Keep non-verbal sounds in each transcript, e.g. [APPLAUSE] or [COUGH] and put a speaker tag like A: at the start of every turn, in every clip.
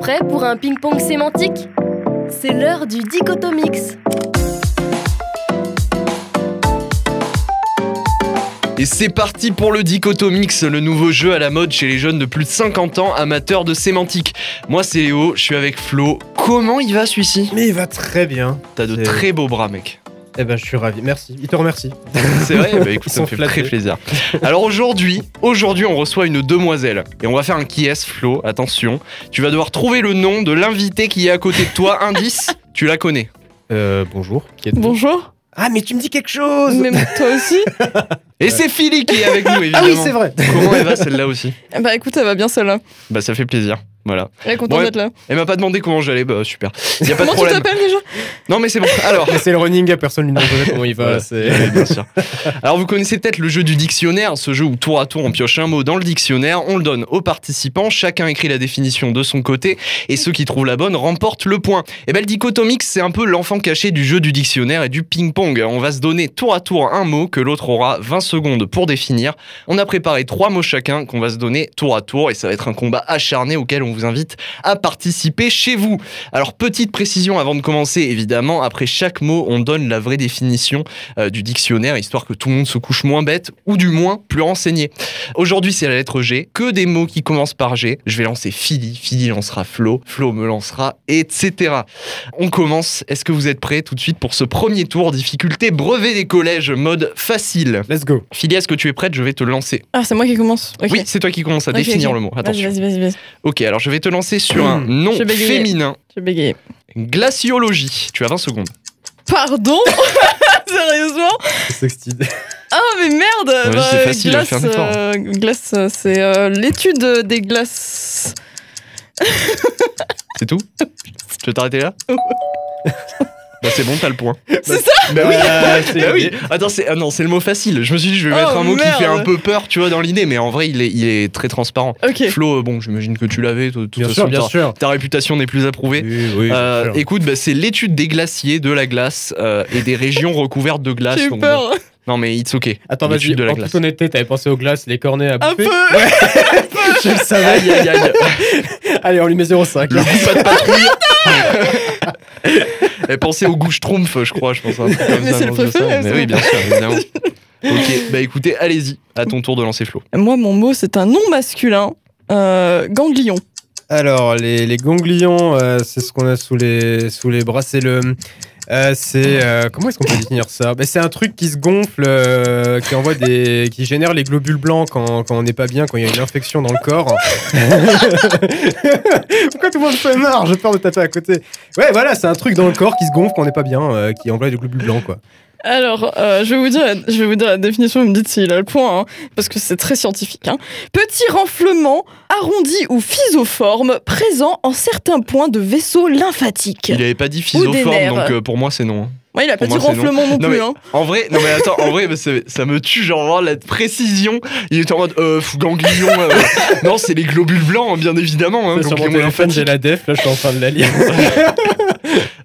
A: Prêt pour un ping-pong sémantique C'est l'heure du dichotomix.
B: Et c'est parti pour le Dichotomix, le nouveau jeu à la mode chez les jeunes de plus de 50 ans, amateurs de sémantique. Moi c'est Léo, je suis avec Flo. Comment il va celui-ci
C: Mais il va très bien.
B: T'as de
C: C'est-
B: très beaux bras mec.
C: Eh ben, je suis ravi. Merci. Il te remercie.
B: C'est vrai Bah écoute,
C: [LAUGHS] Ils
B: ça me
C: sont
B: fait très
C: flattés.
B: plaisir. Alors aujourd'hui, aujourd'hui on reçoit une demoiselle. Et on va faire un qui est Flo, attention. Tu vas devoir trouver le nom de l'invité qui est à côté de toi, indice, tu la connais.
C: Euh, bonjour. Qui êtes-vous
D: Bonjour.
C: Ah, mais tu me dis quelque chose
D: Mais
B: [LAUGHS]
D: toi aussi
B: Et c'est Philly qui est avec nous évidemment.
C: Ah oui, c'est vrai.
B: Comment elle va celle-là aussi
D: Bah écoute, ça va bien celle-là.
B: Bah ça fait plaisir. Voilà.
D: Elle est contente
B: Ouais.
D: d'être là.
B: Elle m'a pas demandé comment j'allais, bah super. Y a pas de
D: Comment tu
B: problème.
D: t'appelles déjà
B: Non mais c'est bon. Alors,
C: [LAUGHS] Mais c'est le running, à personne lui demande comment il va.
B: Voilà.
C: c'est-
B: Ouais, bien sûr. Alors vous connaissez peut-être le jeu du dictionnaire, ce jeu où tour à tour on pioche un mot dans le dictionnaire, on le donne aux participants, chacun écrit la définition de son côté et ceux qui trouvent la bonne remportent le point. Et ben le dichotomix c'est un peu l'enfant caché du jeu du dictionnaire et du ping-pong. On va se donner tour à tour un mot que l'autre aura 20 secondes pour définir. On a préparé trois mots chacun qu'on va se donner tour à tour et ça va être un combat acharné auquel on vous invite à participer chez vous. Alors petite précision avant de commencer évidemment, après chaque mot on donne la vraie définition euh, du dictionnaire, histoire que tout le monde se couche moins bête ou du moins plus renseigné. Aujourd'hui, c'est la lettre G, que des mots qui commencent par G. Je vais lancer Philly, Philly lancera Flo, Flo me lancera, etc. On commence. Est-ce que vous êtes prêts tout de suite pour ce premier tour Difficulté brevet des collèges, mode facile.
C: [LAUGHS] Let's [LAUGHS] go.
B: Philly, est-ce que tu es prête Je vais te lancer.
D: Ah, c'est moi qui commence. Ok.
B: Oui, c'est toi qui commence à
D: Ok,
B: définir
D: ok.
B: le mot.
D: Vas-y,
B: Attention.
D: vas-y, vas-y. vas-y.
B: Ok, alors je vais te lancer sur
D: [CLEARS THROAT]
B: un nom
D: J'ai bégayé.
B: féminin.
D: J'ai bégayé.
B: Glaciologie. Tu as 20 secondes.
D: Pardon [LAUGHS] Sérieusement
C: [LAUGHS] Sextide.
D: Ah, mais merde
B: Vas-y,
D: Bah,
B: c'est facile,
D: glace,
B: fais un effort.
D: euh, glace, euh, c'est euh, l'étude euh, des glaces.
B: C'est
D: [LAUGHS]
B: tout Tu veux t'arrêter là
D: Oh.
B: Bah c'est bon, t'as le point.
D: C'est
B: ça Bah oui
C: [LAUGHS] Ah,
B: Bah oui Attends, c'est ah non, c'est le mot facile. Je me suis dit, je vais
D: Oh,
B: mettre un mot qui fait
D: merde.
B: un peu peur, tu vois, dans l'idée, mais en vrai, il est, il est très transparent.
D: Ok.
B: Flo, euh, bon, j'imagine que tu l'avais, de toute
C: Bien
B: façon,
C: sûr, bien
B: ta-
C: sûr.
B: ta réputation n'est plus approuvée.
C: Oui, oui.
B: Euh, écoute, bah, c'est l'étude des glaciers, de la glace euh, et des régions recouvertes de glace.
D: J'ai eu
B: donc bon.
D: peur.
B: Non mais it's ok.
C: Attends,
B: l'étude
C: vas-y.
B: de la
C: En
B: glace.
C: toute honnêteté, t'avais pensé aux glaces, les cornets à
D: Un
C: bouffer.
D: peu.
C: [LAUGHS] Je le savais.
B: Aïe
C: [LAUGHS]
B: aïe [LAUGHS] aïe.
C: Allez, on lui met 0,5.
B: Le goût pas de patrouille. Elle pensait Eh, au goût schtroumpf, je crois, je pense. un truc comme
D: Mais
B: ça,
D: c'est
B: non,
D: le
B: je sais,
D: préféré,
B: mais
D: ça.
B: oui, bien sûr, évidemment. ok, bah écoutez, allez-y, à ton tour de lancer Flo.
D: Moi, mon mot, c'est un nom masculin. Euh, ganglion.
C: Alors, les, les ganglions, euh, c'est ce qu'on a sous les, sous les bras. C'est le. euh, c'est euh, comment est-ce qu'on peut définir ça Ben, C'est un truc qui se gonfle, euh, qui envoie des, qui génère les globules blancs quand, quand on n'est pas bien, quand il y a une infection dans le corps. [LAUGHS] Pourquoi tout le monde se marre J'ai peur de taper à côté. Ouais, voilà, c'est un truc dans le corps qui se gonfle quand on n'est pas bien, euh, qui envoie des globules blancs quoi.
D: Alors, euh, je, vais vous dire, la- je vais vous dire la définition, vous me dites s'il a le point, hein, parce que c'est très scientifique. hein. Petit renflement arrondi ou physoforme présent en certains points de vaisseaux lymphatiques.
B: Il avait pas dit
D: Ou des
B: physoforme,
D: nerfs.
B: donc euh, pour moi c'est non. hein.
D: Ouais, il a pas
B: Pour
D: dit
B: moi, c'est
D: renflement
B: Non,
D: non, plus.
B: mais-
D: hein.
B: En vrai, non mais attends, en vrai, bah, c'est- ça me tue, genre voir la précision. Il était en mode euh, fou, ganglion.
C: [LAUGHS]
B: euh, non, c'est les globules blancs, hein, bien évidemment. Hein,
C: Ça, sur mon
B: ganglion
C: téléphone, j'ai
B: lymphatique.
C: la def, là je suis en train de la lire.
D: [LAUGHS]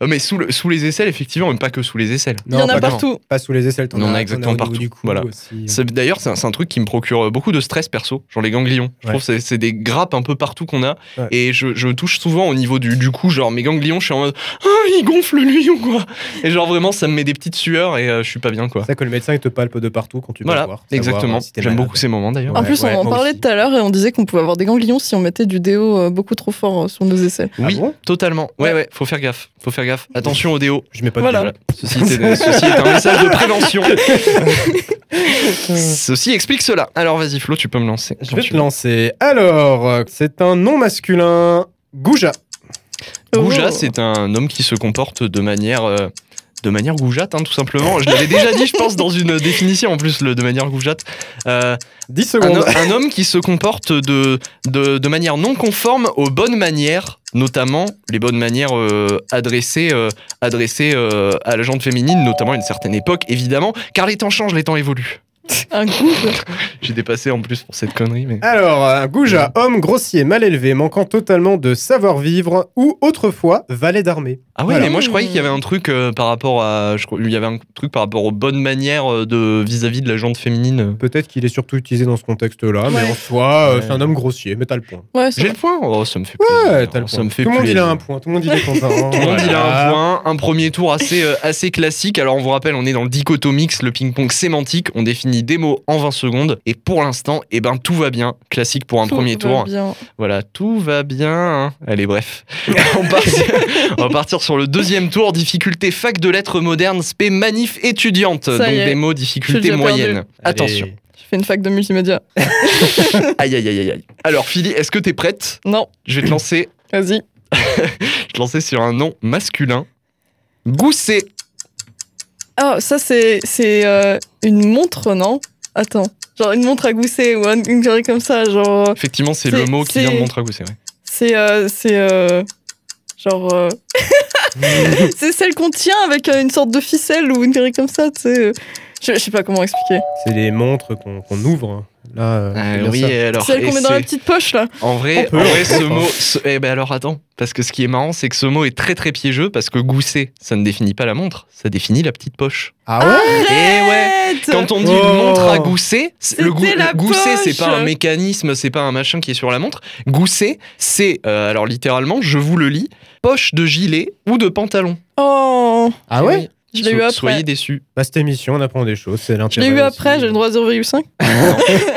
B: Euh, Mais sous, le- sous les aisselles, effectivement, mais pas que sous les aisselles.
D: Il y en
C: pas,
D: a
B: pas
D: partout.
C: pas sous les aisselles. t'en
B: On en a
C: as- t'en as au
B: exactement
C: niveau
B: partout,
C: Du cou
B: voilà.
C: aussi. euh.
B: C'est- D'ailleurs, c'est un, c'est un truc qui me procure beaucoup de stress perso, genre les ganglions. Je
C: Ouais.
B: trouve que c'est- c'est des grappes un peu partout qu'on a.
C: Ouais.
B: Et je, je touche souvent au niveau du, du cou, genre mes ganglions, je suis en mode Ah, il gonfle lui ou quoi Et genre vraiment, ça me met des petites sueurs et euh, je suis pas bien quoi.
C: C'est ça que le médecin il te palpe de partout quand tu vas
B: Voilà,
C: le voir. savoir,
B: exactement.
C: euh, si t'es
B: J'aime
C: malade.
B: beaucoup ces moments d'ailleurs.
C: Ouais,
D: en plus,
C: ouais,
D: on en
C: moi
D: parlait
C: aussi.
D: tout à l'heure et on disait qu'on pouvait avoir des ganglions si on mettait du déo euh, beaucoup trop fort euh, sur nos aisselles.
C: Ah
B: oui,
C: bon
B: totalement. Ouais, ouais, faut faire gaffe. Faut faire gaffe. Attention au déo.
C: Je mets pas de
D: Voilà.
C: déo.
B: Voilà. Ceci, était- ceci est un message de [LAUGHS] prévention. ceci explique cela. Alors vas-y Flo, tu peux me lancer.
C: Je
B: quand
C: vais
B: tu
C: te
B: veux.
C: lancer. Alors, euh, c'est un nom masculin. Gouja.
B: Gouja,
D: Oh.
B: c'est un homme qui se comporte de manière, euh, de manière goujate, hein, tout simplement. Je l'avais déjà dit, je pense, dans une définition en plus, le de manière goujate. Euh,
C: 10
B: un,
C: secondes.
B: ho- un homme qui se comporte de, de, de manière non conforme aux bonnes manières, notamment les bonnes manières euh, adressées, euh, adressées euh, à la gente féminine, notamment à une certaine époque, évidemment, car les temps changent, les temps évoluent.
D: Un gouffre.
B: J'ai dépassé en plus pour cette connerie, mais.
C: Alors, euh, un Gouja, homme grossier, mal élevé, manquant totalement de savoir-vivre ou autrefois valet d'armée.
B: Ah ouais,
C: Voilà.
B: mais moi je croyais qu'il y avait un truc euh, par rapport à, je crois- il y avait un truc par rapport aux bonnes manières euh, de vis-à-vis de la gente féminine.
C: Peut-être qu'il est surtout utilisé dans ce contexte-là, mais
D: Ouais.
C: en soi, euh,
B: Ouais.
C: c'est un homme grossier, mais t'as le point.
D: Ouais, c'est
B: J'ai le
D: vrai.
B: point. Oh, ça me fait plaisir.
C: Ouais, t'as le
B: ça
C: point.
B: me fait
C: Tout le monde il
B: plaisir.
C: a un point, tout le monde il est content.
B: [LAUGHS] Tout le monde il a
C: Voilà.
B: un point, un premier tour assez, euh, assez classique. Alors on vous rappelle, on est dans le dichotomix, le ping-pong sémantique. On définit des mots en 20 secondes et pour l'instant, eh ben tout va bien. Classique pour un
D: Tout
B: premier
D: va
B: tour.
D: bien.
B: Voilà, tout va bien. hein. Allez, bref. [LAUGHS] on, part- on va partir sur le deuxième tour. Difficulté fac de lettres modernes, spé manif étudiante.
D: Ça
B: Donc
D: y est.
B: des mots
D: Je suis
B: difficulté
D: déjà
B: moyenne.
D: perdue.
B: Attention.
C: Allez.
D: J'ai fait une fac de multimédia.
B: Aïe, aïe, aïe, aïe, aïe. Alors, Philly, est-ce que t'es prête
D: Non,
B: Je vais te lancer,
D: vas-y.
B: je vais te lancer sur un nom masculin. Gousset.
D: Ah, ça, c'est c'est euh, une montre, non Attends. Genre une montre à gousset ou un- une carré comme ça. Genre, euh,
B: Effectivement, c'est le
D: C'est-
B: mot qui
D: c'est-
B: vient de montrer à Gousset. ouais.
D: c'est. euh, c'est. euh,
B: [LAUGHS]
D: genre. euh, c'est celle qu'on tient avec euh, une sorte de ficelle ou une carré comme ça, tu sais. euh. Je je sais pas comment expliquer.
C: C'est les montres qu'on qu'on ouvre. Là, euh,
B: Ah,
C: c'est bien
B: oui,
C: ça.
B: et alors.
D: celle
B: et
D: qu'on met dans la
B: c'est-
D: petite poche, là.
B: En vrai,
C: On peut,
B: en
C: [LAUGHS]
B: vrai,
C: on
B: ce
C: peut.
B: mot. ce- Eh ben alors attends, parce que ce qui est marrant, c'est que ce mot est très très piégeux parce que gousset, ça ne définit pas la montre, ça définit la petite poche.
C: Ah ouais
B: Eh ouais.
D: Arrête
B: Quand on dit
C: Oh.
B: une montre à gousset, c'est- le,
D: C'était la
B: le gousset, c'est pas
D: poche.
B: un mécanisme, c'est pas un machin qui est sur la montre. Gousset, c'est, euh, alors littéralement, je vous le lis, poche de gilet ou de pantalon. Eh
D: Oh
C: Ah ouais
D: Je l'ai
B: So-
D: eu après.
B: Soyez déçus.
C: Bah, cette émission, on apprend des choses, c'est
D: Je
C: l'intérêt.
D: l'ai eu
B: bah,
C: aussi.
D: après, j'ai le droit à 0,5.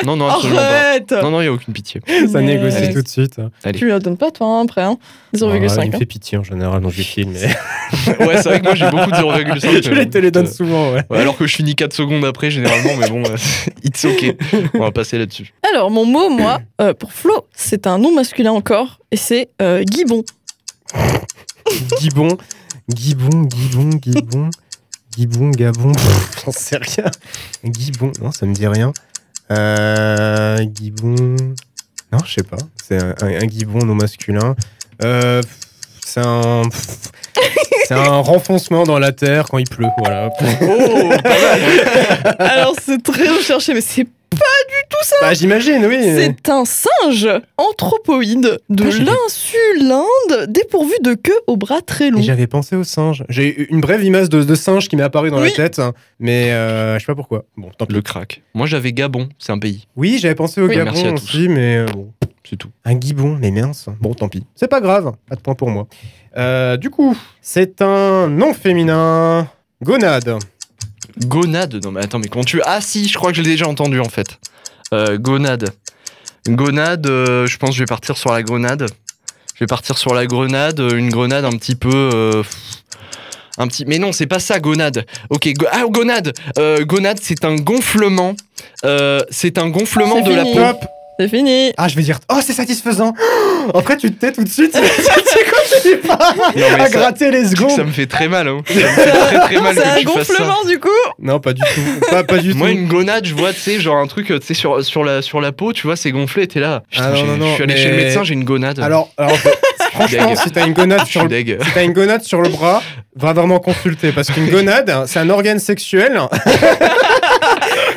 B: Non, non,
D: Oh,
B: absolument Oh, pas.
D: Arrête
B: Non, non, il n'y a aucune pitié.
C: [LAUGHS] Ça
D: Mais-
C: négocie tout de suite.
D: Tu lui en donnes pas, toi, hein, après. Hein.
C: Ah,
B: Oh,
D: 0,5.
C: il me
D: hein.
C: fait pitié en général
D: [LAUGHS]
C: dans les films. mais-
B: Ouais, c'est vrai que moi j'ai
C: [LAUGHS]
B: beaucoup de 0,5.
C: je
B: mais
C: les
B: bon,
C: te les donne
B: euh,
C: souvent, ouais.
B: ouais, alors que je finis 4 secondes après généralement, mais bon, euh, [LAUGHS] it's ok. On va passer là-dessus.
D: Alors, mon mot, moi, euh, pour Flo, c'est un nom masculin encore, et c'est euh, Gibbon.
C: Gibbon, Gibbon, Gibbon, Gibbon, Gibbon, Gabon, [LAUGHS] pff, j'en sais rien. Gibbon, non, ça me dit rien. Euh, Gibbon, non, je sais pas. C'est un, un- un Gibbon non masculin. Euh, pff, c'est un. pff, C'est
D: [LAUGHS]
C: un renfoncement dans la terre quand il pleut, voilà.
B: Oh,
D: Alors, c'est très recherché, mais c'est
C: Bah, j'imagine, oui.
D: c'est un singe anthropoïde de
C: Ah, j'ai vu.
D: l'insulinde, dépourvu de queue aux bras très
C: Et
D: longs.
C: J'avais pensé au singe. J'ai eu une brève image de, de singe qui m'est apparue dans
D: Oui.
C: la tête, hein, mais euh, je sais pas pourquoi. Bon, tant pis.
B: Le crack. Moi j'avais Gabon, c'est un pays,
C: Oui, j'avais pensé au
D: Oui,
C: Gabon
B: merci à tous.
C: aussi, mais euh, bon.
B: c'est tout.
C: Un gibbon, mais mince. Bon, tant pis. C'est pas grave, pas de point pour moi. Euh, du coup, c'est un nom féminin. Gonade.
B: Gonade Non mais attends, mais comment tu... Ah si, je crois que je l'ai déjà entendu en fait. Euh, gonade. Gonade, euh, je pense que je vais partir sur la grenade. Je vais partir sur la grenade, euh, une grenade un petit peu... euh, pff, un petit... Mais non, c'est pas ça, gonade. Ok, go- ah, gonade Euh, Gonade, c'est un gonflement. Euh, c'est un gonflement de
D: Ah, C'est
B: la
D: fini.
B: peau.
C: Hop.
D: C'est fini
C: Ah, je vais dire. Oh, c'est satisfaisant. [GASPS] Après, tu te tais tout de
D: [LAUGHS]
C: suite. c'est quoi Je sais pas.
B: mais
C: à
B: ça-
C: gratter les
B: Tu sais que Ça
C: secondes.
B: me fait très mal, hein. Ça
D: [LAUGHS]
B: me fait très très mal
D: C'est
B: que
D: un
B: tu fasses ça.
D: gonflement, du coup
C: Non, pas du tout. Pas, pas du
B: Moi,
C: tout.
B: une gonade, je vois, tu sais, genre un truc, euh, tu sais, sur, sur, la, sur la peau, tu vois, c'est gonflé, t'es là. Putain,
C: Ah non,
B: j'ai-
C: non,
B: je
C: non,
B: suis allé
C: mais-
B: chez le médecin, j'ai une gonade.
C: Alors,
B: [LAUGHS]
C: alors, franchement,
B: deg.
C: si t'as une gonade
B: je
C: sur
B: suis
C: le
B: deg.
C: si t'as une gonade sur le bras, va vraiment consulter parce qu'une gonade, hein, c'est un organe sexuel [LAUGHS]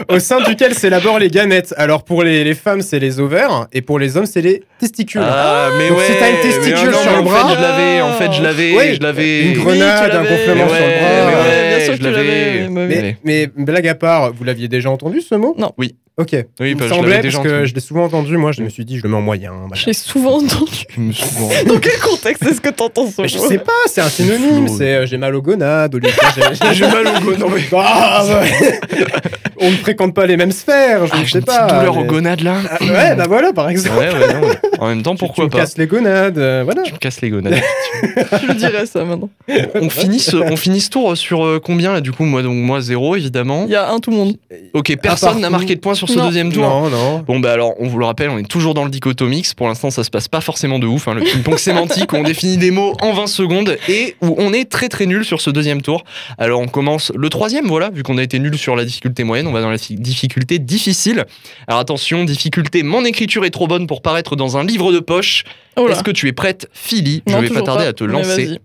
C: au sein duquel s'élaborent les gamètes. Alors pour les, les femmes, c'est les ovaires et pour les hommes, c'est les testicules.
B: Ah, mais
C: Donc
B: ouais.
C: si t'as une
B: mais
C: testicule
B: ah non,
C: sur
B: mais
C: le
B: en
C: bras-
B: fait, je l'avais, en fait, je l'avais,
C: Oui,
B: je l'avais.
C: Une
D: Oui, tu
C: grenade, un
D: l'avais.
C: gonflement
B: Mais
C: sur
B: ouais,
C: le bras.
B: mais ouais,
D: Bien sûr
B: je
D: que tu
B: l'avais.
D: l'avais. mais-
B: Mais-
C: Mais, mais blague à part, vous l'aviez déjà entendu ce mot
D: Non.
B: Oui.
C: Ok.
B: Oui,
C: Il me
B: bah, je l'avais
C: semblait
B: déjà
C: parce que je l'ai souvent entendu. Moi, je me suis dit, je le mets en moyen. hein, voilà.
D: Je l'ai souvent entendu. [LAUGHS]
B: entendu. Souvent.
D: Dans quel contexte est-ce que t'entends ce
C: Mais je
D: mot
C: sais pas, c'est un synonyme.
B: Flou.
C: C'est euh, j'ai mal aux gonades. Au lieu de dire, [LAUGHS]
B: [LAUGHS]
C: j'ai-
B: J'ai mal au gonade.
C: Ah, ouais. [LAUGHS] On ne fréquente pas les mêmes sphères. Je
B: Ah,
C: ne
B: j'ai
C: sais
B: une
C: pas.
B: petite douleur
C: mais-
B: au gonade là.
C: Ah, ouais, bah voilà, par exemple.
B: Ouais, ouais, non. En même temps,
C: Tu-
B: pourquoi
C: tu me
B: pas
C: casses les gonades, euh, voilà.
B: Je me casse les gonades.
D: Je le dirais, ça, maintenant.
B: on, finit ce, on finit ce tour sur euh, combien là Du coup, moi, donc, moi zéro évidemment.
D: Il y a un tout le monde.
B: Ok, personne n'a
C: partout.
B: marqué de points sur ce
D: Non.
B: deuxième tour.
C: Non, non.
B: Bon bah alors on vous le rappelle, on est toujours dans le dichotomix. Pour l'instant ça se passe pas forcément de ouf. hein. Le [LAUGHS] ping-pong sémantique où on définit des mots en 20 secondes et où on est très très nul sur ce deuxième tour. Alors on commence le troisième voilà, vu qu'on a été nul sur la difficulté moyenne, on va dans la fi- difficulté difficile. Alors attention, difficulté, mon écriture est trop bonne pour paraître dans un livre de poche.
D: Oh là.
B: Est-ce que tu es prête Philly Je
D: Non,
B: vais pas
D: toujours
B: tarder à te
D: mais
B: lancer.
D: vas-y.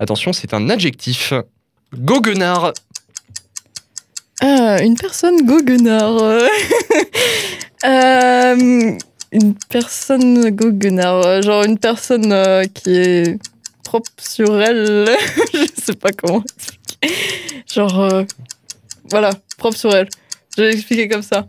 B: Attention, c'est un adjectif. Goguenard.
D: Ah, une personne goguenard. [LAUGHS] euh. Euh, une personne goguenard. euh, Genre une personne euh, qui est propre sur elle. [LAUGHS] je sais pas comment expliquer. Genre, euh, voilà, propre sur elle. Je vais l'expliquer comme ça.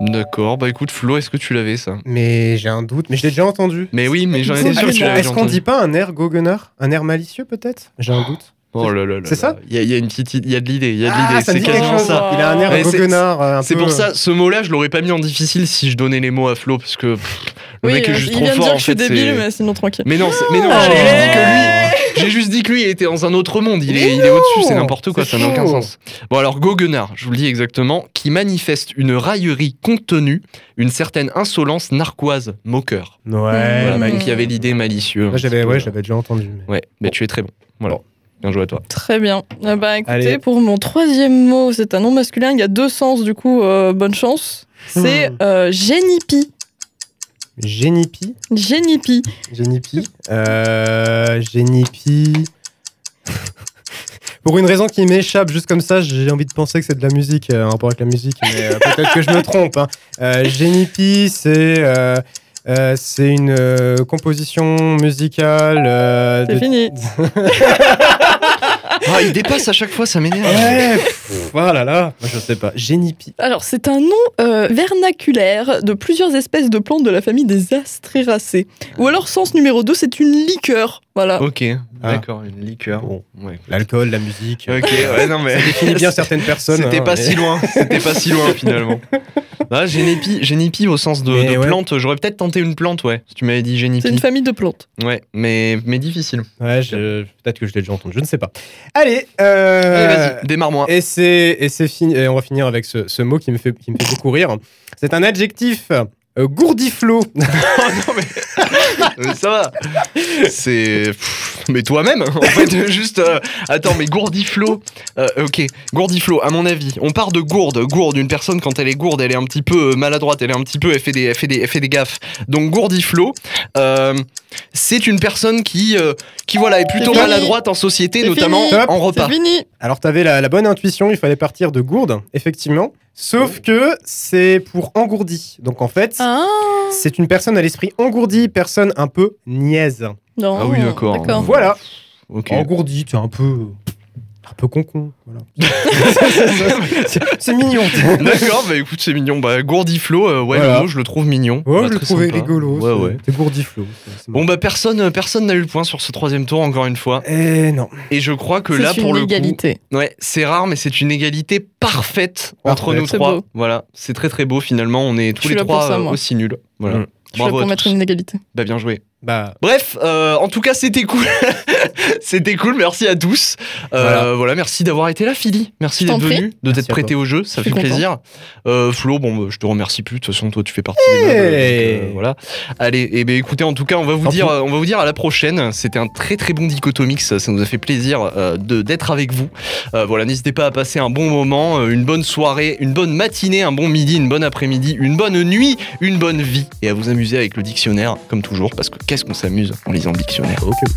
B: D'accord, bah écoute, Flo, est-ce que tu l'avais ça
C: Mais j'ai un doute, mais je l'ai déjà entendu.
B: Mais oui, mais j'en
D: C'est
B: étais sûr que tu l'avais
C: Est-ce qu'on
B: entendu.
C: dit pas un air goguenard Un air malicieux peut-être J'ai un doute.
B: Oh là là là
C: C'est
B: là.
C: ça
B: Il y, a- il y a une petite, il y a de l'idée, il y a de
C: Ah,
B: l'idée.
C: ça me
B: C'est
C: dit quelque
B: quasiment
C: chose.
B: ça.
D: ça.
C: Il a un air
B: Mais c'est-
C: goguenard. euh, un
B: C'est
C: peu,
B: pour
C: euh,
B: ça, ce mot-là, je l'aurais pas mis en difficile si je donnais les mots à Flo, parce que pff, le
D: oui,
B: mec est
D: euh,
B: juste
D: il
B: trop
D: vient de
B: fort.
D: dire
B: en
D: que je suis
B: fait, c'est-
D: débile, mais c'est notre enquête.
B: Mais non, c'est- mais non, j'ai
D: Oh.
B: juste dit que lui. J'ai juste dit que lui il était dans un autre monde, il est, il est au-dessus, c'est n'importe quoi,
C: C'est
B: ça n'a aucun
C: chaud.
B: sens. Bon alors Goguenard, je vous le dis exactement, qui manifeste une raillerie contenue, une certaine insolence narquoise, moqueur.
C: Ouais,
B: Voilà,
D: bah,
B: donc il y avait l'idée malicieux.
C: Moi,
B: un
C: j'avais,
B: petit peu.
C: ouais, je l'avais déjà entendu. mais-
B: Ouais, mais tu es très bon. Voilà. Bien joué à toi.
D: Très bien. Ah bah écoutez,
C: Allez.
D: pour mon troisième mot, c'est un nom masculin. Il y a deux sens du coup. euh, bonne chance. C'est
C: Hmm.
D: euh, génipi.
C: Génipi
D: Génipi.
C: Génipi euh, Génipi Pour une raison qui m'échappe, juste comme ça, j'ai envie de penser que c'est de la musique, euh, en rapport avec la musique, mais euh, peut-être que je me trompe. Hein. Euh, Génipi, c'est euh, euh, c'est une euh, composition musicale. euh,
D: C'est
C: de-
D: fini.
B: Ah, il dépasse à chaque fois, ça m'énerve.
C: Ouais, pff, voilà là, moi je sais pas. Génipi.
D: Alors, c'est un nom euh, vernaculaire de plusieurs espèces de plantes de la famille des Astréracées. Ou alors, sens numéro 2, c'est une liqueur. Voilà.
B: Ok,
C: Ah.
B: d'accord, une liqueur.
C: Bon.
B: Ouais.
C: L'alcool, la musique.
B: Ok, ouais, non mais. [LAUGHS]
C: Définit bien certaines personnes.
B: C'était
C: hein,
B: pas
C: mais-
B: si loin, c'était pas si loin
C: [LAUGHS]
B: finalement. Ah, génipi, génipi au sens de,
C: Mais
B: de
C: ouais.
B: plante, j'aurais peut-être tenté une plante, ouais, si tu m'avais dit génipi.
D: C'est une famille de plantes.
B: Ouais, mais, mais difficile.
C: Ouais, je- peut-être que je l'ai déjà entendu, je ne sais pas. Allez, euh,
B: Allez, vas-y, démarre-moi.
C: Et c'est et c'est fini. Et on va finir avec ce, ce mot qui me fait qui me fait beaucoup rire. C'est un adjectif euh, [LAUGHS] gourdiflot.
B: Euh, ça va. C'est. pff, Mais toi-même, hein, en fait, [LAUGHS] juste. euh, Attends, mais gourdiflot. euh, ok, gourdiflot, à mon avis. On part de gourde. Gourde, une personne, quand elle est gourde, elle est un petit peu euh, maladroite, elle est un petit peu. Elle fait des, elle fait des, elle fait des gaffes. Donc, gourdiflot, euh, c'est une personne qui, euh, qui, voilà, est plutôt
D: C'est fini.
B: maladroite en société,
D: C'est
B: notamment
C: fini.
B: en repas.
D: C'est fini.
C: Alors t'avais la, la bonne intuition, il fallait partir de gourde, effectivement. Sauf que c'est pour engourdi. Donc en fait,
D: Ah
C: c'est une personne à l'esprit engourdi, personne un peu niaise.
D: Non.
B: Ah oui, d'accord.
C: Voilà,
B: Ok.
C: engourdi, t'es un peu un peu concon. Voilà. [LAUGHS] c'est c'est mignon.
B: [LAUGHS] D'accord, bah écoute, c'est mignon. Bah, gourdiflot, euh, ouais,
C: Voilà.
B: le mot, je le trouve mignon. Bah,
C: Ouais, je le
B: très
C: trouvais
B: sympa.
C: rigolo.
B: Ouais,
C: c'est-
B: ouais.
C: C'est gourdiflot. c'est- c'est
B: Bon bah personne euh, personne n'a eu le point sur ce troisième tour encore une fois
C: Eh non.
B: et je crois que
D: C'est
B: là
D: une
B: pour
D: égalité.
B: le coup ouais c'est rare mais c'est une égalité parfaite entre
C: Parfait.
B: nous
D: C'est
B: trois
D: beau.
B: voilà c'est très très beau finalement on est tous
D: suis
B: les
D: là pour
B: trois
D: ça,
B: euh,
D: moi.
B: aussi nuls voilà
C: Mm.
D: Je suis là
B: bravo
D: pour
B: à
D: mettre
B: tous.
D: une égalité.
B: bah bien joué
C: Bah.
B: bref euh, en tout cas c'était cool [LAUGHS] c'était cool merci à tous Euh, voilà,
C: Voilà.
B: merci d'avoir été là Philly merci
D: Je t'en
B: d'être venu de
C: Merci
B: t'être
C: à
B: prêté au jeu ça
D: Je suis
B: fait
D: content.
B: plaisir Euh, Flo bon bah, je te remercie plus de toute façon toi tu fais partie des
C: Hey.
B: meubles, donc, euh, voilà allez et ben écoutez en tout cas on va vous
C: Tant
B: dire
C: pis.
B: euh, on va vous dire à la prochaine c'était un très très bon dichotomix ça nous a fait plaisir euh, de d'être avec vous Euh, voilà n'hésitez pas à passer un bon moment euh, une bonne soirée une bonne matinée un bon midi une bonne après-midi une bonne nuit une bonne vie et à vous amuser avec le dictionnaire comme toujours parce que qu'est-ce qu'on s'amuse en lisant le dictionnaire
C: Ok.